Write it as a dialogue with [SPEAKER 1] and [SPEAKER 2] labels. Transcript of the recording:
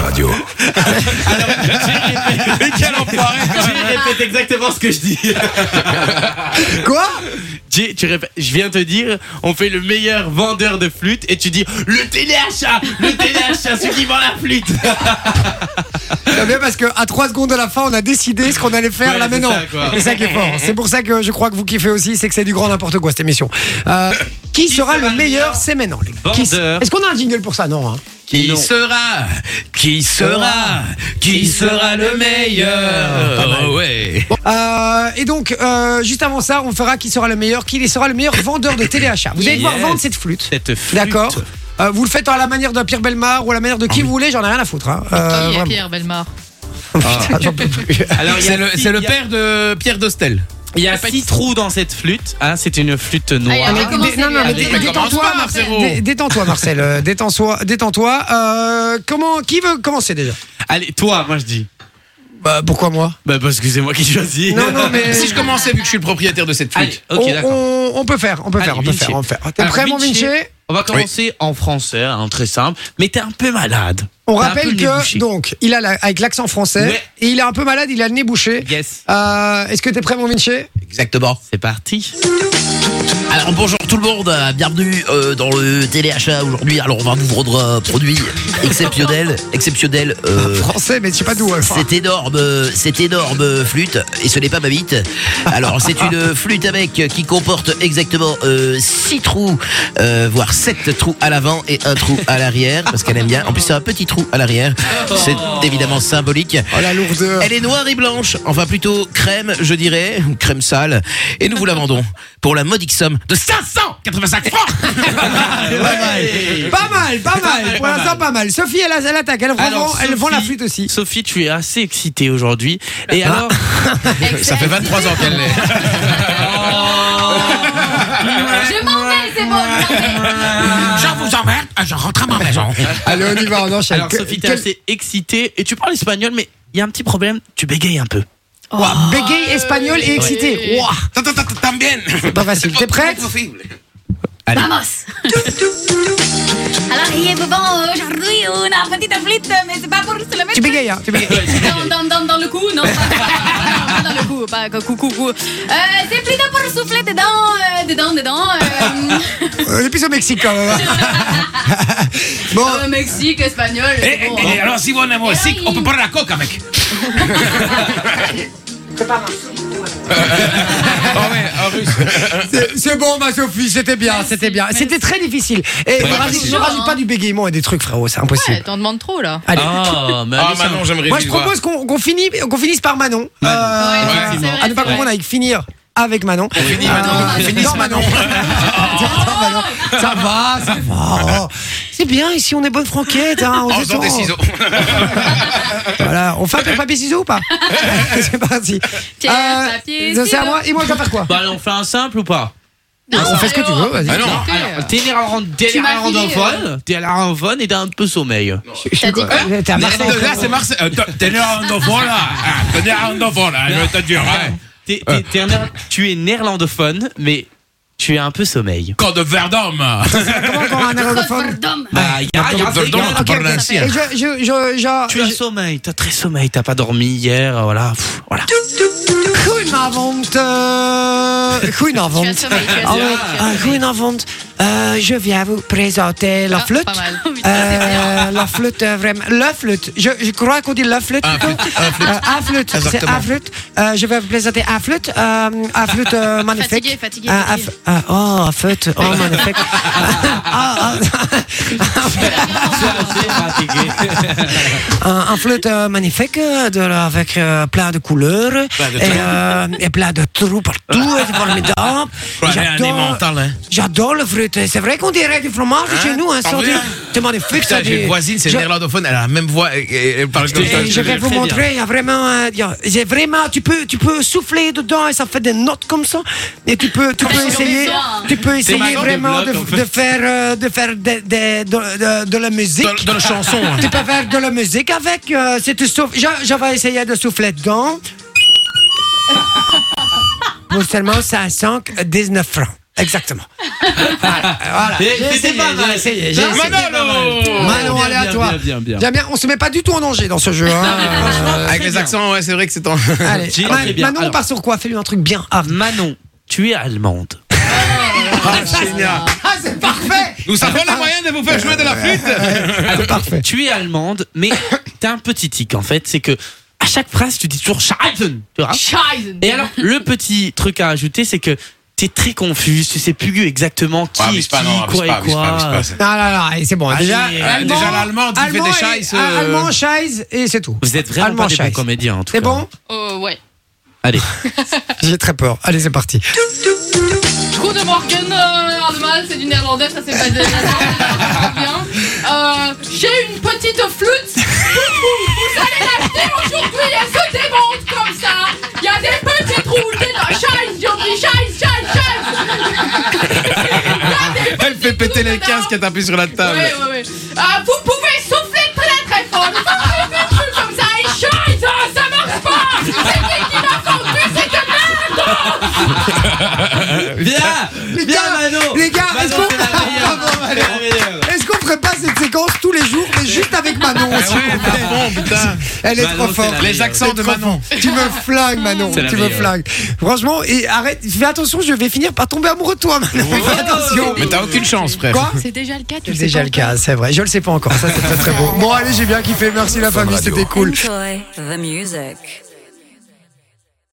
[SPEAKER 1] radio.
[SPEAKER 2] Mais quel enfoiré quand même.
[SPEAKER 3] répète exactement ce que je dis.
[SPEAKER 4] Quoi
[SPEAKER 3] Jay, tu répè- je viens te dire, on fait le meilleur vendeur de flûte et tu dis le téléachat, le téléachat, celui qui vend la flûte.
[SPEAKER 4] Très bien parce que à 3 secondes de la fin, on a décidé ce qu'on allait faire
[SPEAKER 3] Ouais,
[SPEAKER 4] là
[SPEAKER 3] c'est
[SPEAKER 4] maintenant.
[SPEAKER 3] ça, quoi.
[SPEAKER 4] C'est ça qui est fort. C'est pour ça que je crois que vous kiffez aussi, c'est que c'est du grand n'importe quoi cette émission. Euh, qui, sera, le meilleur C'est maintenant. les gars. Qui-
[SPEAKER 3] Vendeur.
[SPEAKER 4] Est-ce qu'on a un jingle pour ça Non. hein.
[SPEAKER 3] Qui sera Qui sera Oh. Qui sera le meilleur Ouais.
[SPEAKER 4] Euh, et donc, euh, juste avant ça, on fera qui sera le meilleur, qui sera le meilleur vendeur de téléachat. Vous allez devoir
[SPEAKER 3] Yes.
[SPEAKER 4] vendre cette flûte.
[SPEAKER 3] Cette flûte.
[SPEAKER 4] D'accord Euh, Vous le faites à la manière d'un Pierre Belmar ou à la manière de qui vous voulez, j'en ai rien à foutre. hein. Euh,
[SPEAKER 5] Qui est
[SPEAKER 4] vraiment.
[SPEAKER 5] Pierre Belmar
[SPEAKER 4] Putain, j'en peux plus.
[SPEAKER 3] Alors, il y a
[SPEAKER 2] C'est le,
[SPEAKER 3] six-
[SPEAKER 2] c'est le
[SPEAKER 3] il y a-
[SPEAKER 2] père de Pierre Dostel.
[SPEAKER 3] Il y a six trous dans cette flûte. Ah, c'est une flûte
[SPEAKER 5] Allez, on
[SPEAKER 3] noire.
[SPEAKER 5] va commencer,
[SPEAKER 4] Non, non, mais
[SPEAKER 5] lui, allez.
[SPEAKER 4] dé- détends-toi,
[SPEAKER 2] pas,
[SPEAKER 4] Marcel.
[SPEAKER 2] Marcelo.
[SPEAKER 4] Dé- Détends-toi, Marcel. euh, Détends-toi. Détends-toi. Euh, comment Qui veut commencer déjà
[SPEAKER 3] Allez, toi, moi je dis.
[SPEAKER 4] Bah, pourquoi moi
[SPEAKER 3] Bah parce que c'est moi qui choisis.
[SPEAKER 4] Non, non, mais.
[SPEAKER 2] Si je commençais, vu que je suis le propriétaire de cette
[SPEAKER 3] Allez,
[SPEAKER 2] flûte.
[SPEAKER 3] ok,
[SPEAKER 4] on,
[SPEAKER 3] d'accord.
[SPEAKER 4] on, on peut faire, on peut faire,
[SPEAKER 3] Allez,
[SPEAKER 4] on peut
[SPEAKER 3] Vinci.
[SPEAKER 4] faire, on peut faire. T'es
[SPEAKER 3] Alors,
[SPEAKER 4] prêt, mon Vinci
[SPEAKER 3] On va commencer en français, hein, très simple. Mais t'es un peu malade.
[SPEAKER 4] On
[SPEAKER 3] T'as un peu
[SPEAKER 4] rappelle
[SPEAKER 3] le nez
[SPEAKER 4] que,
[SPEAKER 3] bouché.
[SPEAKER 4] donc, il a la- avec l'accent français,
[SPEAKER 3] Ouais.
[SPEAKER 4] et il est un peu malade, il a le nez bouché.
[SPEAKER 3] Yes.
[SPEAKER 4] Euh, Est-ce que t'es prêt, mon Vinci
[SPEAKER 6] Exactement.
[SPEAKER 3] C'est parti.
[SPEAKER 6] Alors bonjour tout le monde, euh, bienvenue euh, dans le téléachat aujourd'hui. Alors on va vous vendre un produit exceptionnel, exceptionnel. euh,
[SPEAKER 4] Français, mais je sais pas d'où. alors.
[SPEAKER 6] cette énorme, euh, cette énorme euh, flûte, et ce n'est pas ma bite. Alors, c'est une euh, flûte avec euh, qui comporte exactement 6 trous, euh, voire 7 trous à l'avant et un trou à l'arrière, parce qu'elle aime bien. En plus, c'est un petit trou à l'arrière. C'est évidemment symbolique.
[SPEAKER 4] Oh la lourdeur.
[SPEAKER 6] Elle est noire et blanche, enfin plutôt crème, je dirais, ou crème sale. Et nous vous la vendons pour la modique somme de 585 francs.
[SPEAKER 4] Pas mal, pas mal. Pour l'instant, pas mal. Sophie, elle, a- elle attaque. Elle, vend-
[SPEAKER 3] Alors,
[SPEAKER 4] elle vend la
[SPEAKER 3] Sophie-
[SPEAKER 4] flûte aussi.
[SPEAKER 3] Sophie, tu es assez excitée aujourd'hui. Et
[SPEAKER 4] Ah.
[SPEAKER 3] alors
[SPEAKER 2] Ça fait 23 ans qu'elle l'est.
[SPEAKER 5] Je m'en vais, c'est bon, je m'en vais.
[SPEAKER 6] Je vous emmerde, je rentre à ma maison.
[SPEAKER 4] Allez, on y va, on enchaîne.
[SPEAKER 3] Alors
[SPEAKER 4] Que-
[SPEAKER 3] Sophie, t'es
[SPEAKER 4] quel-
[SPEAKER 3] assez excitée et tu parles espagnol, mais il y a un petit problème, tu bégayes un peu.
[SPEAKER 4] Ouah, bégaye, espagnol et excité.
[SPEAKER 5] Ouais.
[SPEAKER 4] Ouah, c'est pas facile. T'es prête
[SPEAKER 5] Vamos Alors, il vous vend aujourd'hui une petite flûte, mais c'est pas pour se le mettre.
[SPEAKER 4] Tu bégayes, hein tu bégayes.
[SPEAKER 5] dans, dans, dans, dans le cou, non pas, pas- pas dans le cou, pas cou, cou, cou. Euh, c'est plutôt pour souffler dedans, euh, dedans, dedans. Euh,
[SPEAKER 4] On est plus au Mexique quand même. hein. Bon, Eh,
[SPEAKER 5] euh, Mexique, espagnol.
[SPEAKER 2] Eh,
[SPEAKER 5] c'est bon, hein.
[SPEAKER 2] alors, si on est au
[SPEAKER 5] Mexique, on peut
[SPEAKER 2] prendre la coca, mec.
[SPEAKER 6] Ah
[SPEAKER 4] c'est- c'est bon, ma Sophie, c'était bien,
[SPEAKER 5] Merci,
[SPEAKER 4] c'était bien.
[SPEAKER 5] merci.
[SPEAKER 4] C'était très difficile. Et ne rajoute,
[SPEAKER 5] merci.
[SPEAKER 4] ne rajoute pas du bégayement et des trucs, frérot, c'est impossible.
[SPEAKER 5] Ouais, t'en demandes trop là.
[SPEAKER 4] Allez.
[SPEAKER 3] Ah, mais
[SPEAKER 2] Ah,
[SPEAKER 3] allez, ça-
[SPEAKER 2] Manon, j'aimerais
[SPEAKER 4] Moi, je
[SPEAKER 2] vivre, voilà.
[SPEAKER 4] propose qu'on qu'on finisse, qu'on finisse par Manon. Euh,
[SPEAKER 5] Ouais, c'est vrai,
[SPEAKER 4] à ne pas
[SPEAKER 5] c'est vrai.
[SPEAKER 4] confondre avec finir avec Manon. On finit
[SPEAKER 2] Manon.
[SPEAKER 4] On finit dans Manon. Dans Manon. Ça va, ça va. C'est bien, ici on est bonne franquette. Hein, on
[SPEAKER 2] En
[SPEAKER 4] se
[SPEAKER 2] faisant des
[SPEAKER 4] détend.
[SPEAKER 2] ciseaux.
[SPEAKER 4] Voilà, on fait un peu papier ciseaux ou pas C'est parti.
[SPEAKER 5] Pierre,
[SPEAKER 4] Euh,
[SPEAKER 5] papier,
[SPEAKER 4] ça, C'est à
[SPEAKER 5] ciseaux.
[SPEAKER 4] moi et moi je dois faire quoi
[SPEAKER 3] Bah allez, on fait un simple ou pas
[SPEAKER 4] On fait ce que tu veux, vas-y.
[SPEAKER 2] Ah non.
[SPEAKER 5] Ok.
[SPEAKER 3] Alors, T'es à la ran- t'es
[SPEAKER 5] Tu
[SPEAKER 3] à la
[SPEAKER 5] m'as filé,
[SPEAKER 4] euh.
[SPEAKER 3] randophone, t'es à la randophone et t'as un peu sommeil.
[SPEAKER 5] T'as dit quoi
[SPEAKER 4] T'es à Marseille.
[SPEAKER 2] Ah, Là, c'est Marseille. Euh, T'es né un enfant là. Ah, T'es né un enfant là. Je te dire. hein.
[SPEAKER 3] T'es- t'es- t'es un néer- Tu es néerlandophone, mais tu as un peu sommeil.
[SPEAKER 2] Quand de Verdun.
[SPEAKER 4] Comment quand un aérophone
[SPEAKER 5] Rotterdam.
[SPEAKER 3] Bah, y a- y a-
[SPEAKER 2] Verdun,
[SPEAKER 3] y a-
[SPEAKER 2] tu parles
[SPEAKER 4] ok.
[SPEAKER 2] ainsi.
[SPEAKER 4] Et je, je, je, genre,
[SPEAKER 3] Tu as sommeil, t'as très sommeil, t'as pas dormi hier, voilà. pff, voilà.
[SPEAKER 4] Goedenavond. euh,
[SPEAKER 5] Tu as
[SPEAKER 4] Goedenavond.
[SPEAKER 5] sommeil, tu as
[SPEAKER 4] Ah
[SPEAKER 5] sommeil,
[SPEAKER 4] oui,
[SPEAKER 5] tu as
[SPEAKER 4] ah,
[SPEAKER 5] sommeil.
[SPEAKER 4] goedenavond. Euh, je viens vous présenter la
[SPEAKER 5] Ah,
[SPEAKER 4] flûte.
[SPEAKER 5] Pas mal.
[SPEAKER 4] Euh, la flûte, euh, vraiment. La flûte. Je, je crois qu'on dit la flûte.
[SPEAKER 2] Un flûte, un flûte.
[SPEAKER 4] Euh, la flûte, c'est la flûte. Euh, je vais vous présenter la flûte. Euh, la flûte euh, magnifique.
[SPEAKER 5] Fatigué, fatigué,
[SPEAKER 4] Ah, la
[SPEAKER 5] fatigué.
[SPEAKER 4] f- ah, oh, la flûte, oh, magnifique. ah, ah, un, un flûte euh, magnifique euh, de, la- avec euh, plein de couleurs et, euh, et plein de trous partout. et C'est formidable. J'adore- J'adore le fruit. C'est vrai qu'on dirait du fromage chez nous. Hein,
[SPEAKER 2] t'en
[SPEAKER 4] sans
[SPEAKER 2] veux
[SPEAKER 4] dire.
[SPEAKER 2] un
[SPEAKER 4] C'est magnifique. ça,
[SPEAKER 2] Putain, j'ai
[SPEAKER 4] des-
[SPEAKER 2] une voisine, c'est
[SPEAKER 4] Je-
[SPEAKER 2] néerlandophone. Elle a la même voix. et- et Elle parle comme ça.
[SPEAKER 4] et je vais vous
[SPEAKER 3] très
[SPEAKER 4] montrer, il y a vraiment, euh, il y a- il y a vraiment, tu peux, tu peux souffler dedans et ça fait des notes comme ça. Et tu peux, tu peux
[SPEAKER 5] c'est
[SPEAKER 4] essayer,
[SPEAKER 5] comme ça, hein.
[SPEAKER 4] tu peux essayer
[SPEAKER 3] maintenant des
[SPEAKER 4] vraiment de,
[SPEAKER 3] blocs, en fait.
[SPEAKER 4] de faire, euh, de faire des- des- de, de- de la musique.
[SPEAKER 2] Dans- Dans la chanson. hein.
[SPEAKER 4] Tu peux faire de la musique avec. euh, c'est tout souffle. Je, je vais essayer de souffler dedans. Pour seulement 519 francs. Exactement. Voilà, voilà.
[SPEAKER 3] Et
[SPEAKER 4] J'ai essayé,
[SPEAKER 3] c'était pas mal.
[SPEAKER 4] j'ai essayé, j'ai essayé.
[SPEAKER 2] Manolo
[SPEAKER 4] Manon,
[SPEAKER 3] Bien,
[SPEAKER 4] allez à
[SPEAKER 3] bien,
[SPEAKER 4] toi.
[SPEAKER 3] bien, bien, bien.
[SPEAKER 4] Bien, bien, on se met pas du tout en danger dans ce jeu. hein.
[SPEAKER 3] Ah,
[SPEAKER 4] Euh,
[SPEAKER 6] Avec
[SPEAKER 4] très
[SPEAKER 6] les
[SPEAKER 4] bien.
[SPEAKER 6] accents, ouais, c'est vrai que c'est en.
[SPEAKER 4] Allez,
[SPEAKER 3] Gilles,
[SPEAKER 4] Ma-
[SPEAKER 3] c'est bien.
[SPEAKER 4] Manon, on
[SPEAKER 3] Alors.
[SPEAKER 4] part sur quoi Fais-lui un truc bien hard.
[SPEAKER 3] Manon, tu es allemande.
[SPEAKER 2] Génial.
[SPEAKER 4] Ah, c'est parfait
[SPEAKER 2] Nous savons le moyen de vous faire jouer de la flûte.
[SPEAKER 4] C'est parfait.
[SPEAKER 3] Tu es allemande, mais t'as un petit tic en fait, c'est que à chaque phrase tu dis toujours Scheiben, tu vois.
[SPEAKER 5] Scheiße.
[SPEAKER 3] Et alors le petit truc à ajouter, c'est que t'es très confuse, tu sais plus exactement qui
[SPEAKER 2] Ah,
[SPEAKER 3] est
[SPEAKER 2] abuse
[SPEAKER 3] qui,
[SPEAKER 2] pas, non, abuse
[SPEAKER 3] quoi
[SPEAKER 2] pas,
[SPEAKER 3] est
[SPEAKER 2] abuse
[SPEAKER 3] quoi.
[SPEAKER 2] pas, abuse pas, c'est-
[SPEAKER 4] Non, non, non, allez, c'est bon.
[SPEAKER 3] Allez,
[SPEAKER 4] déjà,
[SPEAKER 3] euh,
[SPEAKER 4] Ah, allemand,
[SPEAKER 2] déjà, l'allemand, tu fais des
[SPEAKER 4] allemand et-
[SPEAKER 2] scheisses, euh,
[SPEAKER 4] Allemand, scheisse, et c'est tout.
[SPEAKER 3] Vous êtes vraiment
[SPEAKER 4] Allemand
[SPEAKER 3] pas des bons
[SPEAKER 4] Scheiss.
[SPEAKER 3] comédiens en tout
[SPEAKER 4] C'est
[SPEAKER 3] cas.
[SPEAKER 4] bon
[SPEAKER 5] Oh, ouais.
[SPEAKER 3] Allez.
[SPEAKER 4] J'ai très peur. Allez, c'est parti.
[SPEAKER 5] Guten Morgen, euh, Allemagne, c'est du néerlandais, ça c'est pas de ça, c'est bien. Euh, J'ai une petite flûte. Vous allez l'acheter aujourd'hui, elle se démonte comme ça. Il y a des petites roues dedans. Scheiße, j'ai dit scheiße, scheiße, scheiße.
[SPEAKER 6] Elle fait péter les casques qu'elle t'appuie sur la table.
[SPEAKER 5] Ouais, ouais, ouais. Euh, vous pouvez souffler très très fort. Vous pouvez faire des trucs comme ça. Et scheiße, ça marche pas. C'est qui qui m'a conduit, c'est que
[SPEAKER 3] Viens Viens Manon
[SPEAKER 4] les gars,
[SPEAKER 3] Manon,
[SPEAKER 4] est-ce qu'on-
[SPEAKER 3] c'est la meilleure.
[SPEAKER 4] Bravo, Manon.
[SPEAKER 3] C'est la meilleure.
[SPEAKER 4] Est-ce qu'on ferait pas cette séquence tous les jours, mais juste avec Manon
[SPEAKER 6] Ah
[SPEAKER 4] s'il vous plaît Elle est
[SPEAKER 3] Manon,
[SPEAKER 4] trop
[SPEAKER 3] c'est
[SPEAKER 4] forte.
[SPEAKER 3] la meilleure. Les
[SPEAKER 6] accents de Manon.
[SPEAKER 4] Tu me flingues, Manon.
[SPEAKER 3] C'est la
[SPEAKER 4] Tu me
[SPEAKER 3] meilleure.
[SPEAKER 4] flingues. Franchement, et arrête, fais attention, je vais finir par tomber amoureux de toi, Manon. Fais attention.
[SPEAKER 6] Mais t'as aucune chance, frère.
[SPEAKER 4] Quoi
[SPEAKER 5] C'est déjà le cas, tu
[SPEAKER 4] C'est déjà le cas, c'est vrai. Je le sais pas encore. Ça, c'est très très beau. Bon, allez, j'ai bien kiffé. Merci la famille, c'était cool.
[SPEAKER 1] Enjoy the music.